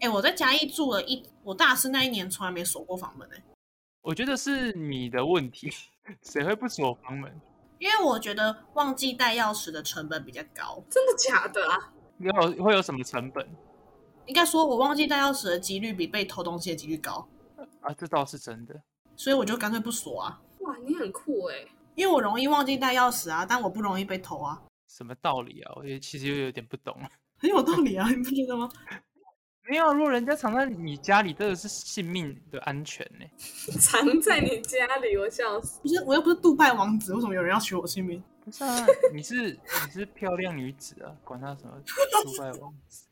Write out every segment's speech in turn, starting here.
哎、我在嘉义住了一，我大四那一年从来没锁过房门哎、我觉得是你的问题，谁会不锁房门？因为我觉得忘记带钥匙的成本比较高。真的假的啊？你有会有什么成本应该说，我忘记带钥匙的几率比被偷东西的几率高，啊？这倒是真的。所以我就干脆不锁啊，哇，你很酷哎、因为我容易忘记带钥匙啊，但我不容易被偷啊，什么道理啊？我也其实又有点不懂。很有道理啊， 你不觉得吗？ 没有啊，如果人家藏在你家里，这个是性命的安全呢、藏在你家里，我笑死。不是，我又不是杜拜王子，为什么有人要取我性命？不是啊，你是你是漂亮女子啊，管他什么出外王子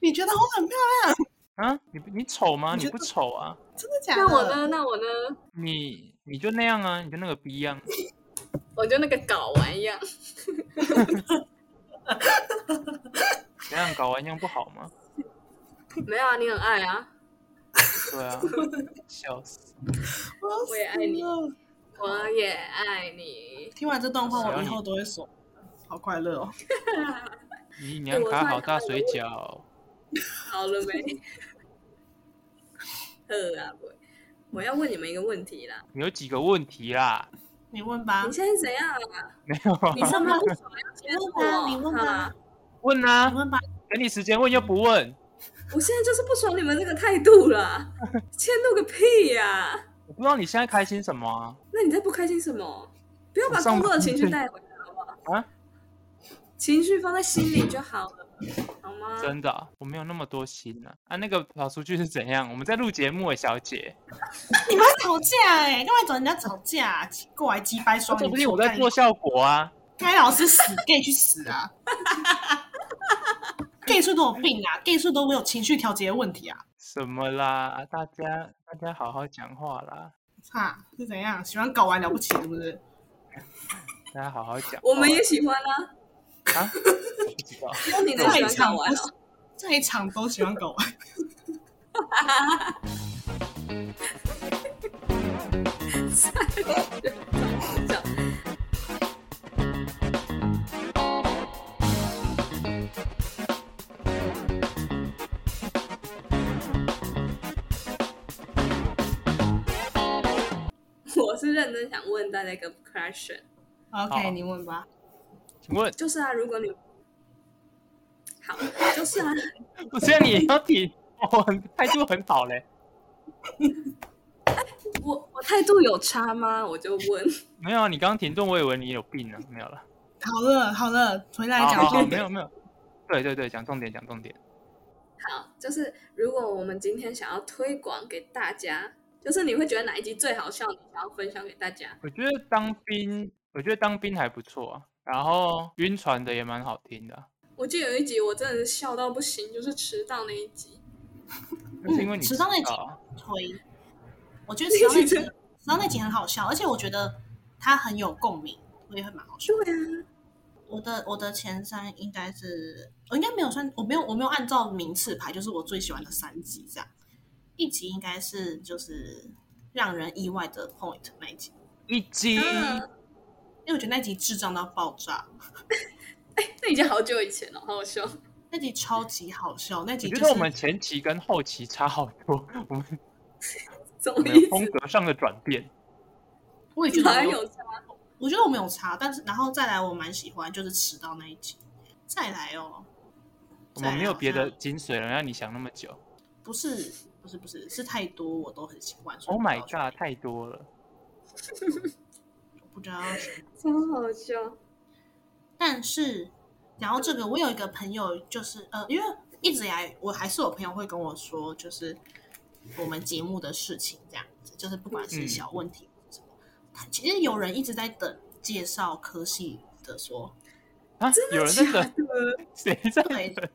你觉得我很漂啊？你不你丑吗？你你觉不得丑啊？亮，真的假的？那我呢？那我呢？你你就那样啊？你就那个逼样。我就那个搞 玩意儿，怎样搞完样不好吗？没有啊，你很爱啊，对 啊，笑死！我要我也爱你死了我也爱你。听完这段话，只要我以你后都会锁，好快乐哦。你你哎要我卡突然好想大到水有饺，好了没？ 呃啊，我我要问你们一个问题啦。你有几个问题啦？你问吧你，现在怎样啊？没有啊你上班不爽要接我？你问吧你问吧啊问你啊，问吧，给你时间问又不问，我现在就是不爽你们这个态度啦， 迁怒个屁呀、我不知道你现在开心什么啊？那你在不开心什么？不要把我上工作的班情绪最带回来好不好？啊，情绪放在心里就好 了，好吗？真的啊、我没有那么多心啊。啊，那个跑出去是怎样？我们在录节目哎，小姐。 你们还吵架哎、干嘛找人家吵架、啊？奇怪，鸡掰双这鱼不定座，我在干做效果啊。该老师死，gay 去死啊 ！gay 是不是都有病啊，gay 是不是都没有情绪调节的问题啊！什么啦？啊大家大家好好讲话啦，哈，是怎样？喜欢搞完了不起是不是？大家好好讲话。我们也喜欢啦、啊，我不知道。只有你能在喜欢场搞玩都哦。在场都喜欢搞完。 我是认真想问大家一个 question， OK，好你问吧。请问，就是啊，如果你好，就是啊，我觉得你要挺，我很哦态度很好嘞。我我态度有差吗？我就问，没有啊，你刚刚停顿，我以为你有病呢。没有了，好了好了，回来好讲好好，重没点。有没有。对对对，讲重点，讲重点。好，就是如果我们今天想要推广给大家，就是你会觉得哪一集最好笑，你想要分享给大家？我觉得当兵，我觉得当兵还不错啊。然后晕船的也蛮好听的啊、我记得有一集我真的是笑到不行，就是迟到那一集。那是因为你嗯迟到那集啊推，我觉得 只要那集，只要那集很好笑，而且我觉得他很有共鸣，我也会蛮好笑。对啊，我的我的前三应该是，我应该没有算，我没有我没有按照名次排，就是我最喜欢的三集这样。一集应该是就是让人意外的 point 那一集，一集，啊嗯因为我觉得那集智障到爆炸，那已经好久以前了，好好笑。那集超级好笑，那我集觉就得是我们前期跟后期差好 多，我们什我么们意有风思？格上的转变。我也觉得我哪们有差？我觉得我没有差，但是然后再来我蛮喜欢就是迟到那一集，再来哦，我们没有别再来啊的好像精髓了，让你想那么久。不是不是不是是太多我都很喜欢。所以 Oh 我不 my 知道 god，太多了。不知道要选超好笑。但是讲到这个，我有一个朋友，就是呃，因为一直以来我还是有朋友会跟我说，就是我们节目的事情这样子，就是不管是嗯小问题什么，他其实有人一直在等介绍科系的说，啊，有人在等，的？谁在对等？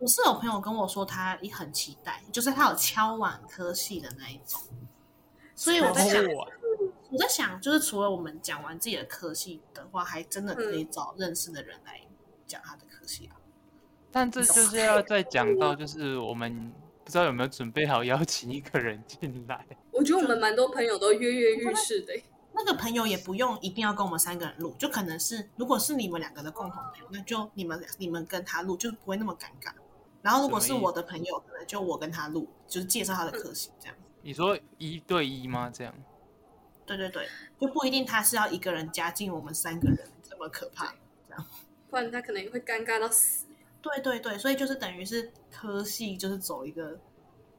我是有朋友跟我说他也很期待，就是他有敲碗科系的那一种，所以我在想，我啊我在想，就是除了我们讲完自己的科系的话，还真的可以找认识的人来讲他的科系啊。但这就是要再 讲到，就是我们不知道有没有准备好邀请一个人进来。我觉得我们蛮多朋友都跃跃欲试的、欸那个朋友也不用一定要跟我们三个人录，就可能是如果是你们两个的共同朋友，那就你们你们跟他录，就是不会那么尴尬。然后如果什是么意我的朋友，可能就我跟他录，就是介绍他的科系这样。你说一对一吗？这样对对对，就不一定他是要一个人加进我们三个人这么可怕。不然他可能也会尴尬到死。对对对，所以就是等于是科系就是走一个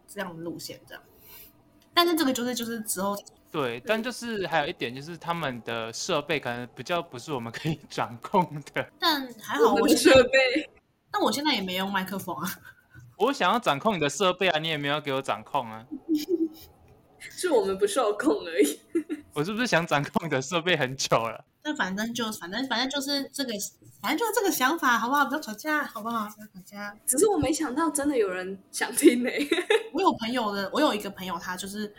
这样的路线这样。但是这个就是就是之后对，但就是还有一点就是他们的设备可能比较不是我们可以 掌控的。但还好我我们的现在，设备，但我现在也没用麦克风啊。我想要掌控你的设备啊，你也没有给我掌控啊。是我们不受控而已。我是不是想掌控你的设备很久了？但反正就反正反正就是这个，反正就是这个想法，好不好？不要吵架，好不好？不要吵架。只是我没想到，真的有人想听呢、 我有朋友的，我有一个朋友，他就是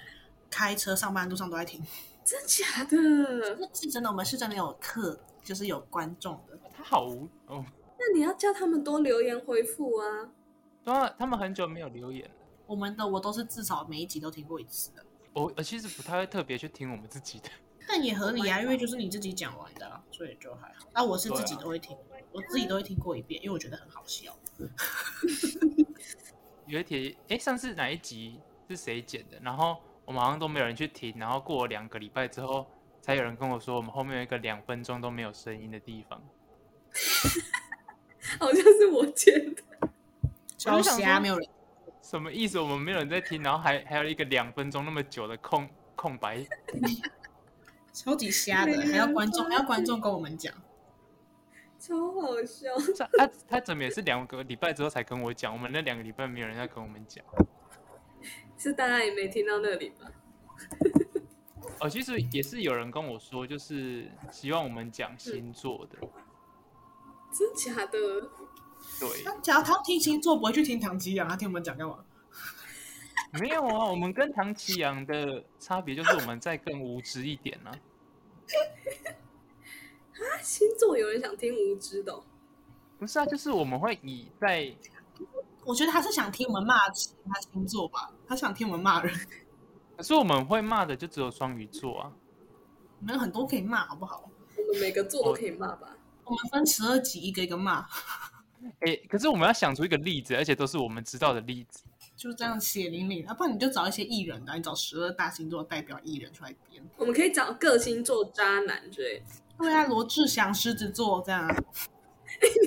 开车上班路上都在听，真假的？那是真的，我们是真的有课，就是有观众的。他好无哦，那你要叫他们多留言回复啊。对啊，他们很久没有留言了。我们的我都是至少每一集都听过一次的，我我其实不太会特别去听我们自己的。但也合理啊，因为就是你自己讲完的、啊，所以就还好。啊，我是自己都会听，我自己都会听过一遍，因为我觉得很好笑。有一题，哎，上次哪一集是谁剪的？然后我们好像都没有人去听，然后过了两个礼拜之后，才有人跟我说我们后面有一个两分钟都没有声音的地方。好像是我剪的，超就想瞎，说没有人。什么意思？我们没有人在听，然后还还有一个两分钟那么久的空空白，超级瞎的，还要观众，还要观众跟我们讲，超好笑。是啊他他怎么也是两个礼拜之后才跟我讲？我们那两个礼拜没有人要跟我们讲。是大家也没听到那里吧？哦，其实也是有人跟我说，就是希望我们讲星座的，真假的？对，他只要他要听星座，不会去听唐吉阳，他听我们讲干嘛？没有啊，我们跟唐奇阳的差别就是我们再更无知一点啊。啊，星座有人想听无知的哦、不是啊，就是我们会以在我觉得他是想听我们骂其他星座吧，他想听我们骂人，可是我们会骂的就只有双鱼座啊。我们有很多可以骂，好不好？我们每个座都可以骂吧？我们分十二集，一个一个骂，哎、可是我们要想出一个例子，而且都是我们知道的例子。就这样血淋淋。要、啊不然你就找一些艺人的，啊你找十二大星座代表艺人出来编。我们可以找各星座渣男之类的。 对啊，罗志祥狮子座这样啊，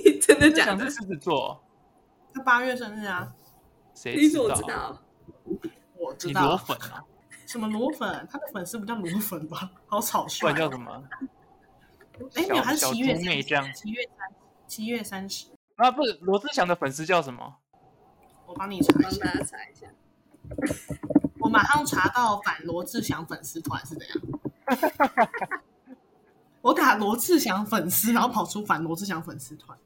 你真的假想的是？狮子座，他八月生日啊，谁你知怎么道？啊知道？我知你裸道粉 啊，什么裸粉，他的粉丝不叫裸粉吧？好草不率然叫啊。什么？哎，没有，小他是小七月猪妹这三样十，七月三，七月三十，啊，不是罗志祥的粉丝叫什么？我帮你查一帮下，大家猜一下，我马上查到反罗志祥粉丝团是怎样。我打罗志祥粉丝，然后跑出反罗志祥粉丝团。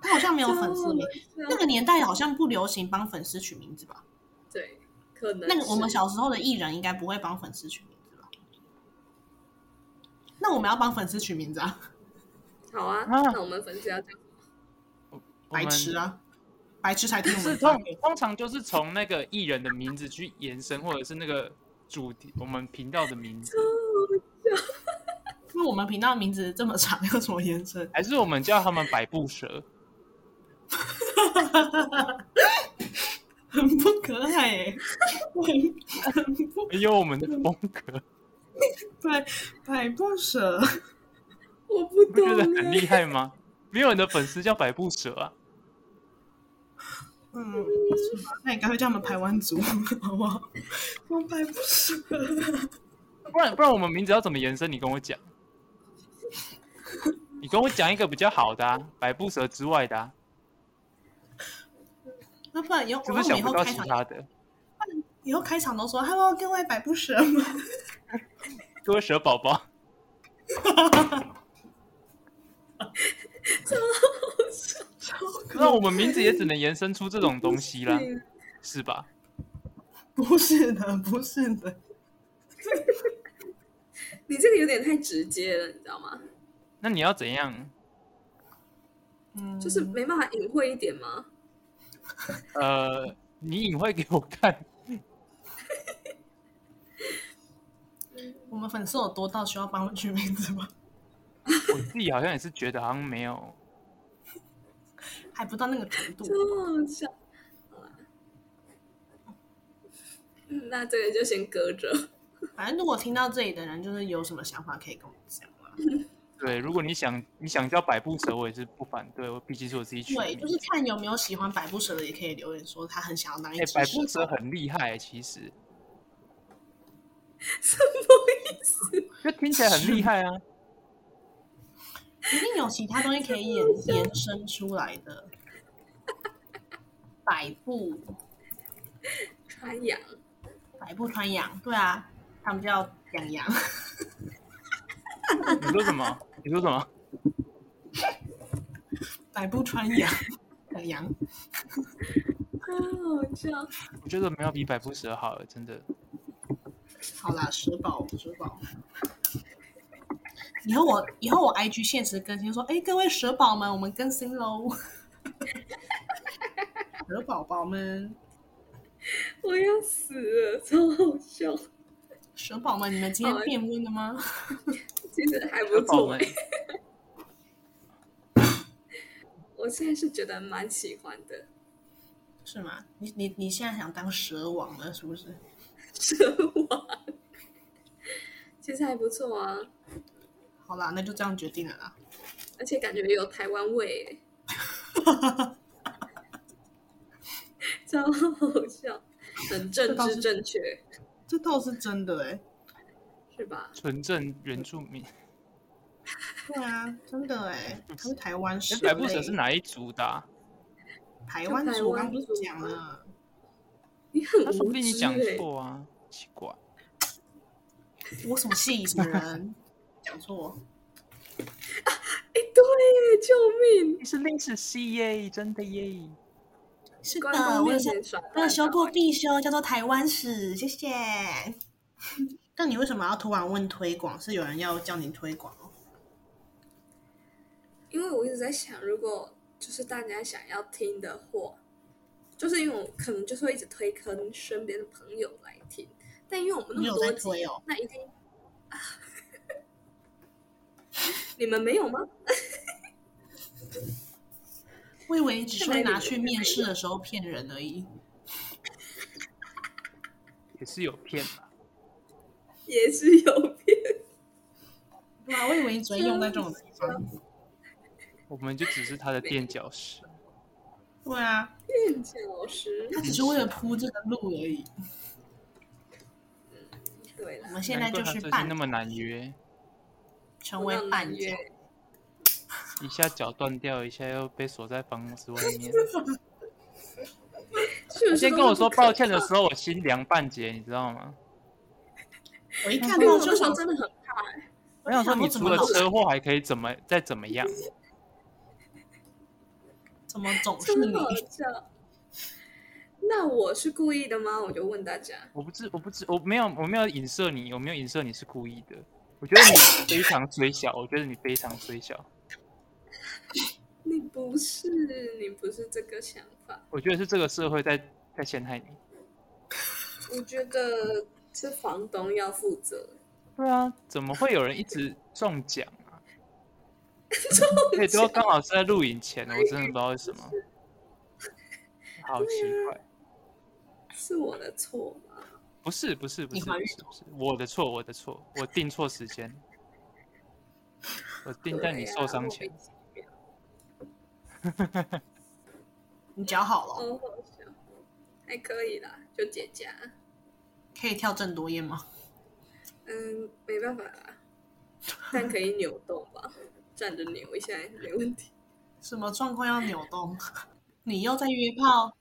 他好像没有粉丝名，那个年代好像不流行帮粉丝取名字吧？对，可能那个我们是小时候的艺人应该不会帮粉丝取名字吧？那我们要帮粉丝取名字啊，好啊，啊那我们粉丝要这样，我白们痴啊，白痴才听我是们通的。通常就是从那个艺人的名字去延伸，或者是那个主题我们频道的名字，因为我们频道名字这么长， 有什么延伸？还是我们叫他们百步蛇？很不可爱、欸， 很有哎我们的风格，百百不舍。我不不觉懂得很厉欸哎，害吗？没有人的粉丝叫百步蛇啊。嗯，是吧那你干脆叫他们台湾族好不好？我百不舍，不然不然我们名字要怎么延伸？你跟我讲，你跟我讲一个比较好的啊，百步蛇之外的啊，那啊不然以后是我不们是想以不后到开其场，他的？以后开场都说 “hello，各位百不舍”吗？各位蛇宝宝，超可那我们名字也只能延伸出这种东西 啦，是吧？不是的，不是的。你这个有点太直接了，你知道吗？那你要怎样？嗯，就是没办法隐晦一点吗？呃，你隐晦给我看，我们粉丝有多到需要帮我们取名字吗？我自己好像也是觉得好像没有，还不到那个程度。超好笑。好啦嗯那这个就先搁着。反正如果听到这里的人，就是有什么想法可以跟我们讲啦。 对，如果你想你想叫百步蛇，我也是不反对，我毕竟是我自己取对，名就。是看有没有喜欢百步蛇的，也可以留言说他很想要当一哎、只百步蛇很厉害、其实什么意思？就听起来很厉 害啊。一定有其他东西可以延延伸出来的。百步穿羊，百步穿杨，对啊，他们叫养羊。你说什么？你说什么？百步穿杨，养羊。好好笑。我觉得没有比百步蛇好了，真的。好啦，蛇宝蛇宝。以后我以后我 IG 限时更新说，哎，各位蛇宝们，我们更新喽。蛇宝宝们，我要死了，超好笑。蛇宝们，你们今天好变温了吗？ 其实还不宝错们哎、，我现在是觉得蛮喜欢的。是吗？你你你现在想当蛇王了是不是？蛇王，其实还不错啊，好啦，那就这样决定了啦。而且感觉有台湾味耶， 超好笑，很政治正确这倒是真的哎、是吧？纯正原住 民。哎对啊，真的哎、他是台湾蛇、哎欸，百步蛇是哪一族的、啊？台湾台族，我刚湾不是族讲了，你很他说无不定你知讲哎、错啊，奇怪。我什么系什么人，讲错。哎、对耶，救命！你是历史系耶，真的耶。是关公我有面修前耍我有赖修吧过必修，叫做台湾史，谢谢。 但你为什么要突然问推广？是有人要叫你推广哦？因为我一直在想，如果就是大家想要听的话，就是因为我可能就是会一直推坑身边的朋友来听，但因为我们那你么有多在集，推哦那一定、啊、 你们没有吗？我以为只是会看来拿你去们面试的时候骗人而已。也是有骗吧？也是有骗， 对啊，我以为你只会用在这种地方。我们就只是他的垫脚石。对啊，骗老师。他只是为了铺这个路而已。对了我，们现在就难怪他是最近半那么难约，成为半月角，一下脚断掉，一下又被锁在房子外 面。是不是先都跟我是说不可抱歉的啊靠时候，我心凉半截，你知道吗？我一看因为到我就那时想候，真的很怕、我想说，你除了怎么车祸还可以怎么再怎么样？怎么总是真你的？好笑。那我是故意的吗？我就问大家，我不知，我不知，我没有，我没有影射你，我没有影射你是故意的。我觉得你非常虽小，我觉得你非常虽小，你不是，你不是这个想法。我觉得是这个社会在在陷害你。我觉得是房东要负责。对啊，怎么会有人一直中奖 啊？哎对，都刚好是在录影前，我真的不知道 为什么，好奇啊怪。是我的错吗？不是不是不你是怀不孕是不是，我的错我的错，我定错时间，我定在你受伤前。对啊。你脚好了哦，哦，好笑，还可以啦，就解夹。可以跳郑多燕吗？嗯，没办法啦，但可以扭动吧，站着扭一下也没问题。什么状况要扭动？ 你又在约炮？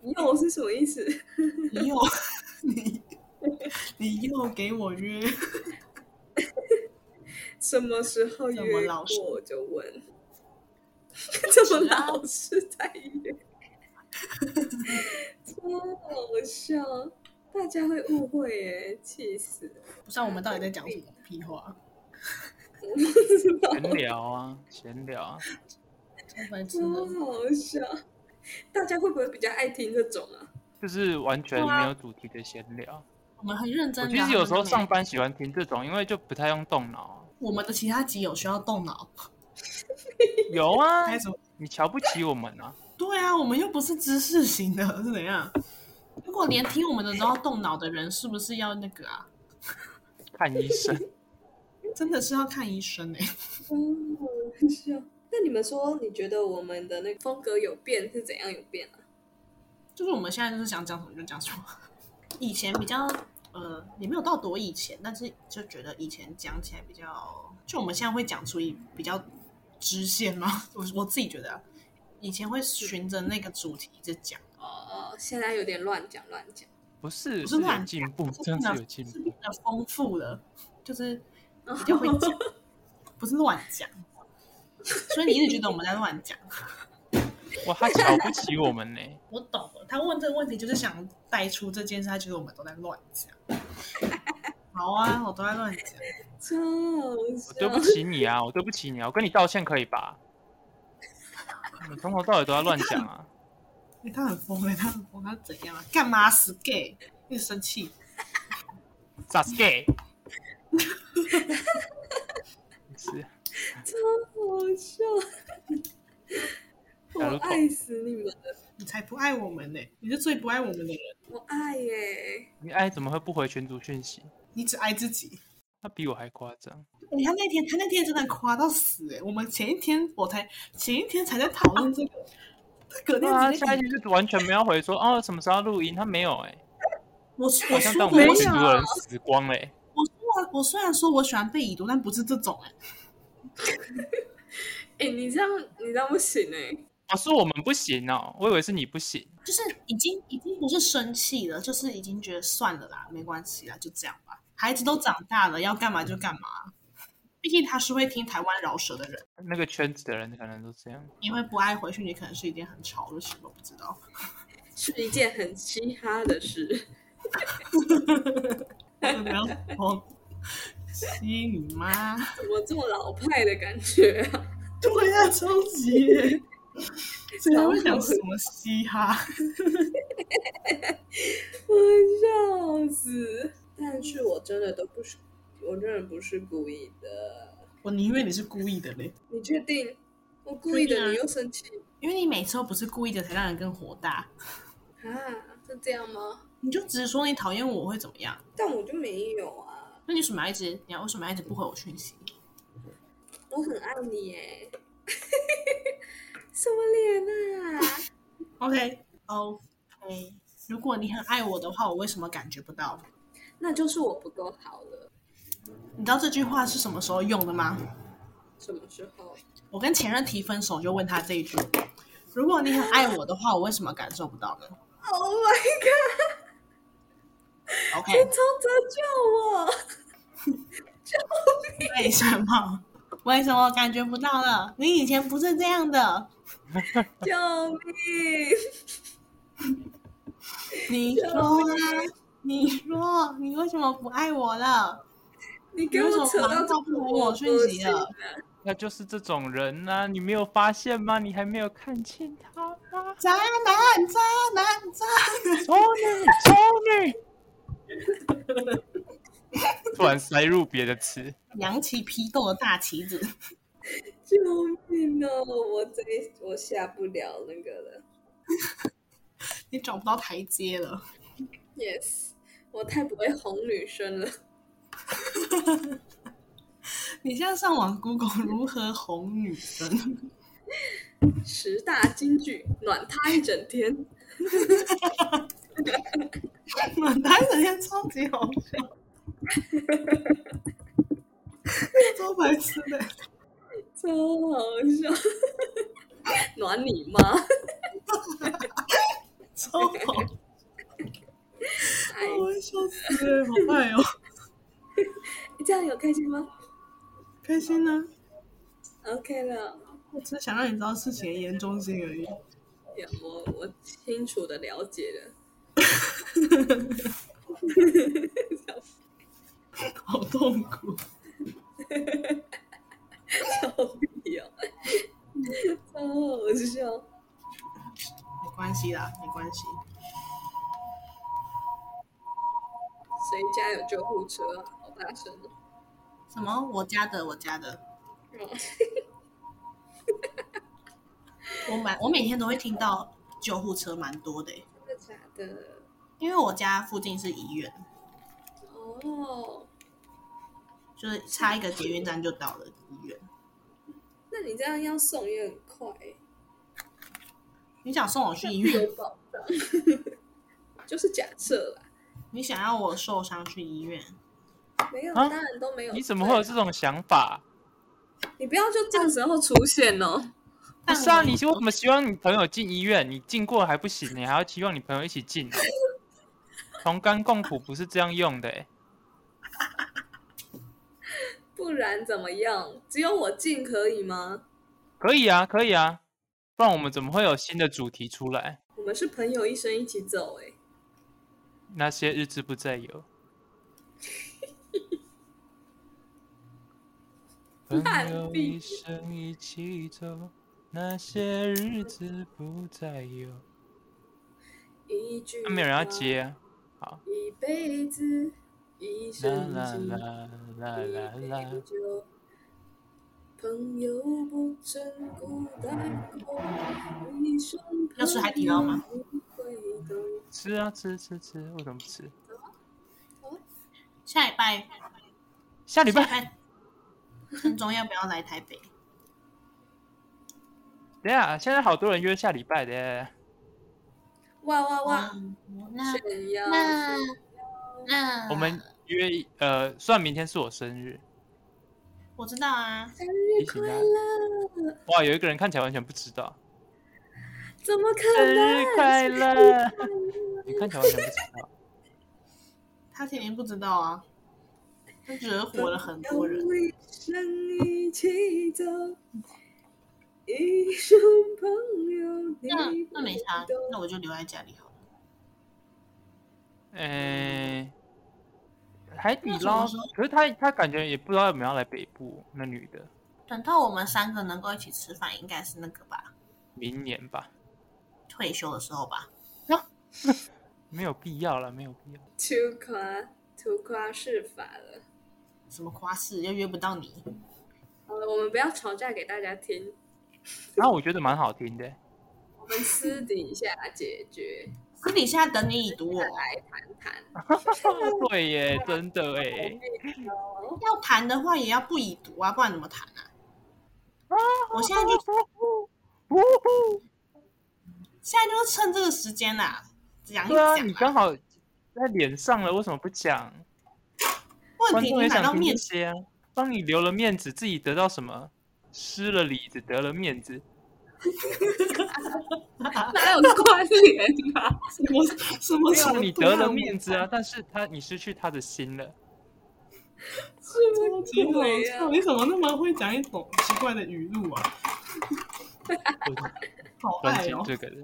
扭是什么意思？你又 你你又给我约？什么时候怎么约老师过我就问。 怎么老是在约？ 超好笑，大家会误会耶，气死！不知道我们到底在讲什么屁话？闲聊啊，闲聊啊，超白痴超的！好笑！大家会不会比较爱听这种啊？就是完全对啊没有主题的闲聊。我们很认我真啊其聊。实有时候但是没上班喜欢听这种，因为就不太用动脑啊。我们的其他集有需要动脑，有 啊，开什么？你瞧不起我们啊？对啊，我们又不是知识型的， 是怎样？如果连听我们的都要动脑的人，是不是要那个啊？看医生，真的是要看医生哎、嗯，很像。那你们说，你觉得我们的那个风格有变是怎样有变啊？就是我们现在就是想讲什么就讲什么。以前比较呃，也没有到多以前，但是就觉得以前讲起来比较，就我们现在会讲出一比较支线吗？ 我我自己觉得啊、以前会循着那个主题在讲，哦，现在有点乱讲乱讲。不是不是是有乱进步，是真变的得是有进是步。变得丰富了，就是比 较会讲， 不是乱讲。所以你一直觉得我们在乱讲，哇，他瞧不起我 们呢、我懂了。他问这个问题就是想带出这件事，他觉得我们都在乱讲。 好啊，我都在乱讲。超我对不好笑！起你啊，我对不起你啊，我跟你道歉可以吧？你从头到尾都在乱讲啊！欸、他很疯哎、他很疯，他怎样啊？干嘛死 gay？一直生气，傻 s gay，是超好笑！我假如狗爱死你们了，你才不爱我们呢、你是最不爱我们的人，我爱耶！你爱怎么会不回群主讯息？你只爱自己。他比我还夸张，欸、他那天，他那天真的夸到死哎、我们前一天我才前一天才在讨论这个，他隔对啊，天直接下一句就完全没有回说哦什么时候要录音，他没有哎、我说好我像说当我我们我群虽主的人死光欸嘞、然我虽然说我喜欢被已读，但不是这种哎、哎、你这样你这样不行哎、啊，是我们不行哦，我以为是你不行，就是已经已经不是生气了，就是已经觉得算了啦，没关系啦，就这样吧。孩子都长大了，要干嘛就干嘛。啊毕竟他是会听台湾饶舌的人。那个圈子的人可能都这样。因为不爱回去，你可能是一件很潮的事，我不知道。是一件很嘻哈的事。不要说，吸你妈！怎么这么老派的感觉啊？ 对呀、啊，超级 耶！谁还会想什么嘻哈？我笑死！但是我真的都不是，我真的不是故意的。我宁哦愿你是故意的嘞，你确定？我故意确定啊的，你又生气因为你每次都不是故意的，才让人更火大。啊？是这样吗？你就只是说你讨厌我会怎么样？但我就没有啊，那你为什么要一直？你要为什么要一直不回我讯息？我很爱你耶。 什么脸啊？ OK OK，如果你很爱我的话，我为什么感觉不到？那就是我不够好了。你知道这句话是什么时候用的吗？什么时候？我跟前任提分手，就问他这一句：如果你很爱我的话，我为什么感受不到呢 Oh my god！ ？OK， 天聪哲救我！为什么？为什么感觉不到了？你以前不是这样的， 救命！你说啊，你说你为什么不爱我了？你给我扯你到这为什么么不回我讯息啊了那就是这种人呐、你没有发现吗？你还没有看清他吗？渣男，渣男，渣男！丑女，丑 女！ 突然塞入别的词，扬起批斗的大旗子，救命哦！我这我下不了那个了。你找不到台阶了。 Yes，我太不会哄女生了。你现在上网 Google 如何哄女生？十大金句暖她一整天。 满台整天超级好笑，超白痴的。超好笑， 暖你妈！超好，哎，我会笑死了，好爱哦，这样有开心吗开心呢、 ？OK 了，我只是想让你知道事情的严重性而已。有我我清楚的了解了。好痛苦，笑屁哦，超好笑！没关系啦，没关系。谁家有救护车啊？好大声哦！什么？我家的，我家的，嗯我买我每天都会听到救护车蛮多的欸、真的假的？因为我家附近是医院，哦，就是差一个捷运站就到了医院。那你这样要送也很快欸，你想送我去医院？有保障。 就是假设啦，你想要我受伤去医院？没有，啊当然都没有。啊你怎么会有这种想法？你不要就这个时候出现哦。不是啊，我你为什么希望你朋友进医院？你进过还不行，你还要期望你朋友一起进？同甘共苦不是这样用的、欸，不然怎么样？只有我进可以吗？可以啊，可以啊，不然我们怎么会有新的主题出来？我们是朋友一生一起走、欸，那些日子不再有。朋烂友逼一生一起走，那些日子不再有。一句啊话没有人要，接啊！一辈子，一啦生啦一世，啦啦啦啦一杯！酒。朋友不曾孤单过，一生朋友要吃海底捞吗不会懂？吃啊吃吃吃，为什么不吃？下礼拜下礼下 拜礼拜陈总要不要来台北？等一下，现在好多人约下礼拜的，哇哇哇！嗯，那炫耀！那那我们约一呃，算明天是我生日。我知道啊，生日快乐！哇，有一个人看起来完全不知道，怎么可生能？日快乐！ 你看起来完全不知道，他肯定不知道啊，他惹火了很多人。朋友一生一起走，一生朋友你那不嗯那没差懂，那我就留在家里好了。嗯、海底那什捞么时候，可是他他感觉也不知道有没有要来北部，那女的等到我们三个能够一起吃饭，应该是那个吧，明年吧，退休的时候吧。没有必要了，没有必要。图夸图夸是法了。什么夸事又约不到你，好了，我们不要吵架给大家听，然啊后我觉得蛮好听的，我们私底下解决私底下等你已读我。谈谈。哦对耶，真的哎，要谈的话也要不已读啊，不然怎么谈啊？哦我现在就哦现在就是趁这个时间啦、讲一对啊，你讲、刚啊。好在脸上了，为什么不讲？问观题众你也买到想听面这子，些啊，帮你留了面子，自己得到什么？失了里子，得了面子，哪有关联啊？什么什么没什有么？啊你得了面子啊，！但是他你失去他的心了。什么结果鬼啊？你怎么那么会讲一种奇怪的语录啊？我是好专爱心哦，这个的，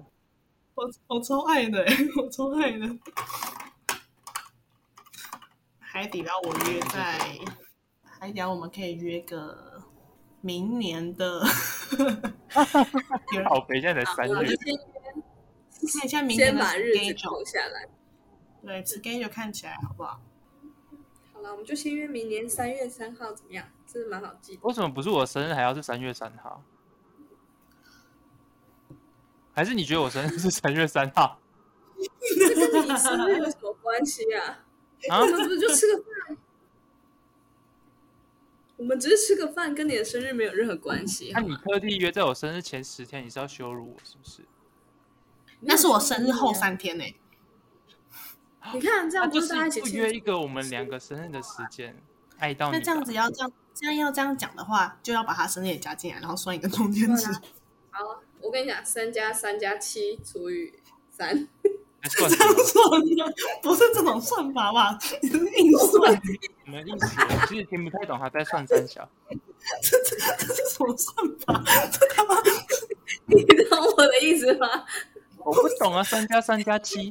我我超爱的、 我超爱的。海底捞我约在海底捞，我们可以约个明年的。 有人好肥现在才三嗯我们月就，先看一下明天先的把日子 schedule，扣下来。对 schedule 看起来好不好？好了，我们就先约明年三月三号怎么样？这是蛮好记的。为什么不是我生日，还要是三月三号？还是你觉得我生日是三月三号这跟你生日有什么关系啊？啊 我？们不是就吃个饭？我们只是吃个饭，跟你的生日没有任何关系。那你特地约在我生日前十天，你是要羞辱我是不是？那是我生日后三天呢、你看这那样就不是大家一起不约一庆祝？个我们两个生日的时间，爱到你那吧。这样子要这样，这样要这样讲的话，就要把他生日也加进来，然后算一个中间值对。好，我跟你讲，三加三加七除以三，还算这什样么？ 算的 不是这种算法吧？你是硬算，我们一起，我其实听不太懂他在算三小。这这这是什么算法？这他妈你懂我的意思吗？我不懂啊，三加三加七，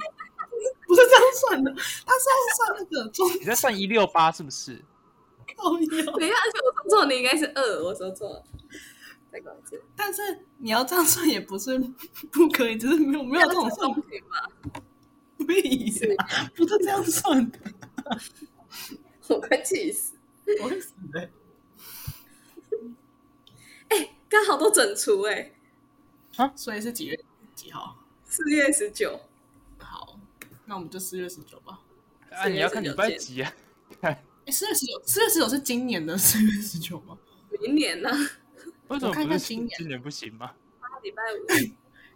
不是这样算的，他是要算那个中你在算一六八是不是？高腰。等一下，而且我说错，你应该是二，我说错了。再搞一次，但是你要这样算也不是不可以，只是没有没有这种算法可以吗？屁呀，不是这样算的，我快气死！我会死的、哎、刚好都整除哎、啊所以是几月几号？四月十九，好，那我们就四月十九吧。啊，你要看礼拜几啊？哎，四月十九，四月十九是今年的四月十九吗？明年呢、为什么我看不看是今年今年不行吗？礼拜五，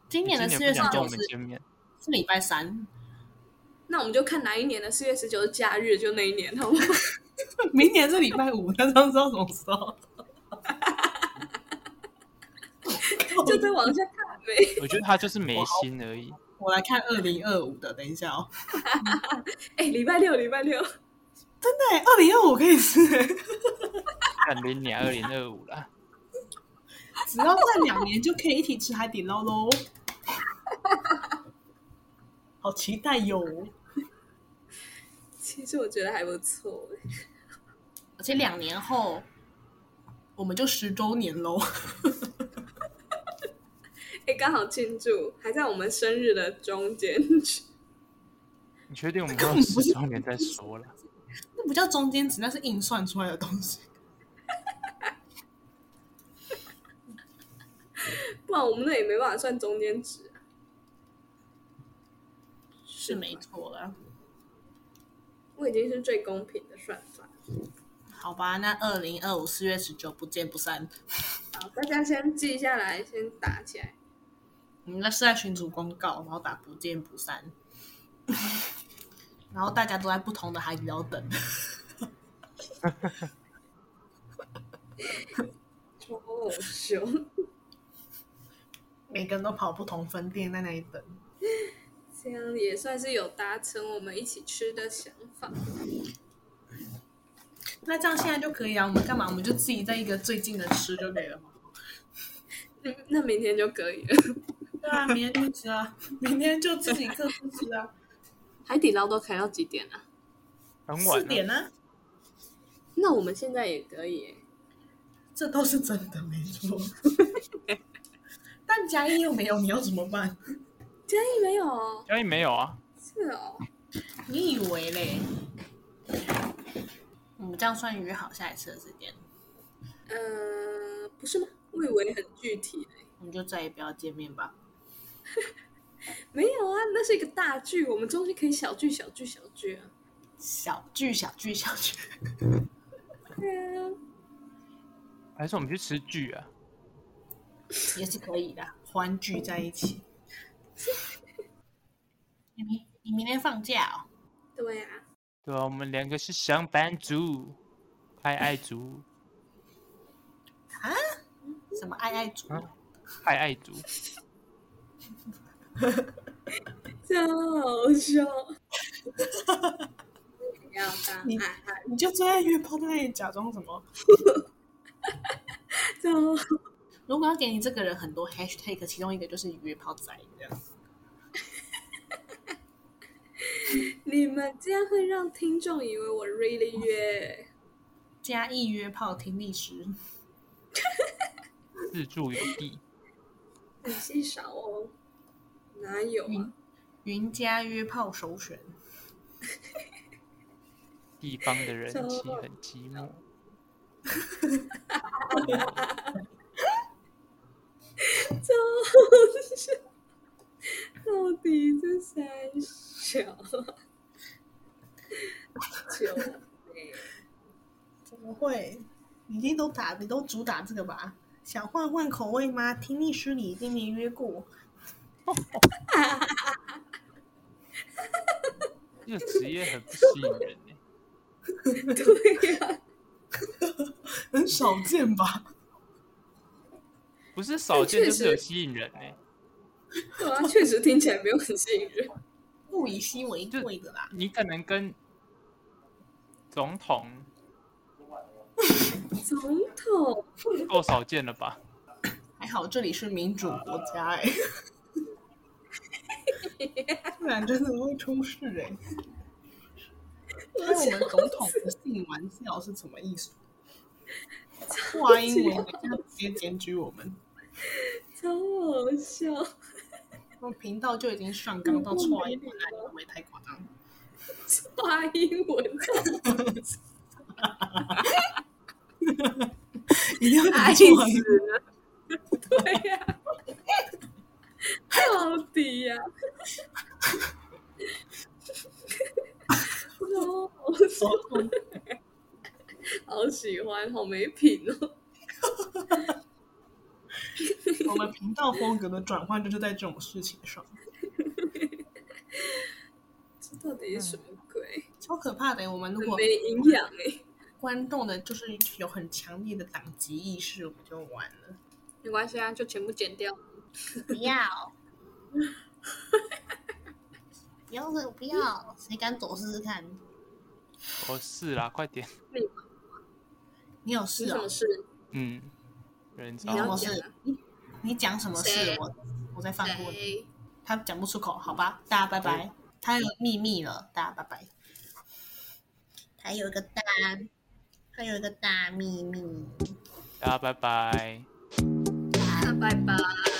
今年的你四今月不十想跟我九们是见面，是礼拜三，那我们就看哪一年的四月十九假日，就那一年，好不好？明年是礼拜五，但是不知道什么时候。就再往下看呗。我觉得他就是没心而已。我来看二零二五的，等一下哦。哎、礼拜六，礼拜六，对，二零二五可以是，感零年二零二五啦，只要在两年就可以一起吃海底捞喽。 好期待哟！其实我觉得还不错哎、而且两年后我们就十周年喽。哎、刚好庆祝，还在我们生日的中间。你确定我们到十周年再说了？那不叫中间值，那是硬算出来的东西。不然我们那也没办法算中间值、啊。是吧没，错啦。我已经是最公平的算法。好吧，那二零二五四月十九不见不散。好，大家先记下来，先打起来。你嗯那是在群组公告，然后打不见不散， 然后大家都在不同的海底捞等。超好笑，每个人都跑不同分店在那里等。这样也算是有达成我们一起吃的想法。 那这样现在就可以啊？我们干嘛？我们就自己在一个最近的吃就可以了嘛。嗯，那明天就可以了。对啊，明天就吃啊，明天就自己各自吃啊， 海底捞都开到几点啊？ 很晚四了，点啊，那我们现在也可以、欸。这都是真的，没错。 但嘉义又没有，你要怎么办？嘉义没有哦，嘉义没有啊？是哦。你以为嘞？我们这样算约好下一次的时间，呃，不是吗？我以为很具体、欸。我们就再也不要见面吧。没有啊，那是一个大剧，我们中间可以小剧、小剧、小剧啊。小聚，小聚，小聚。对啊。还是我们去吃剧啊？ 也是可以的，欢聚在一起。你明你明天放假哦？对呀、啊，对啊，我们两个是上班族，爱爱族，什么爱爱组？嗯爱爱族。真好笑。 不要当你爱爱，你就最爱约炮在那里假装什么？真好如果要给你这个人很多 hashtag，其中一个就是约炮仔这样。你们这样会让听众以为我 really 约。嘉义约炮听历史，自助有地，很稀少哦，哪有啊？云家约炮首选。地方的人什么其实很寂寞。真好笑， 到底是三小啊？九妹怎么会？你一定都打，你都主打这个吧？想换换口味吗？听历史你一定没约过。这个职业很不吸引人欸对呀、很少见吧？不是少见确就是有实吸引人欸呢、对啊，确实听起来没有很吸引人。物以稀为贵的啦。你可能跟总统总统，够少见了吧？还好这里是民主国家哎、 不然真的会出事哎、 开我们总统不性玩笑是什么意思？话英文，人家直接检举我们，超好笑，我们频道就已经上纲到话英文了，会不会太夸张？ 发英文，一定要哎爱死了。对呀、到底呀、哦， 好喜欢，好没品哦！我们频道风格的转换就是在这种事情上，这到底是什么鬼？超可怕的耶。我们如很果没营养哎。观众的就是有很强烈的党籍意识，我们就完了。没关系啊，就全部剪掉。 不要，不要，不要，谁敢走试试看？我试哦啦，快点，你有事你什哦么？事？嗯，有人知你道有要什么吗讲事啊？你你讲什么事谁？我我再放过你。谁？他讲不出口，好吧，大家拜拜。他有秘密了，大家拜拜。他有一个大，他有一个大秘密。大家拜拜。哎那拜拜。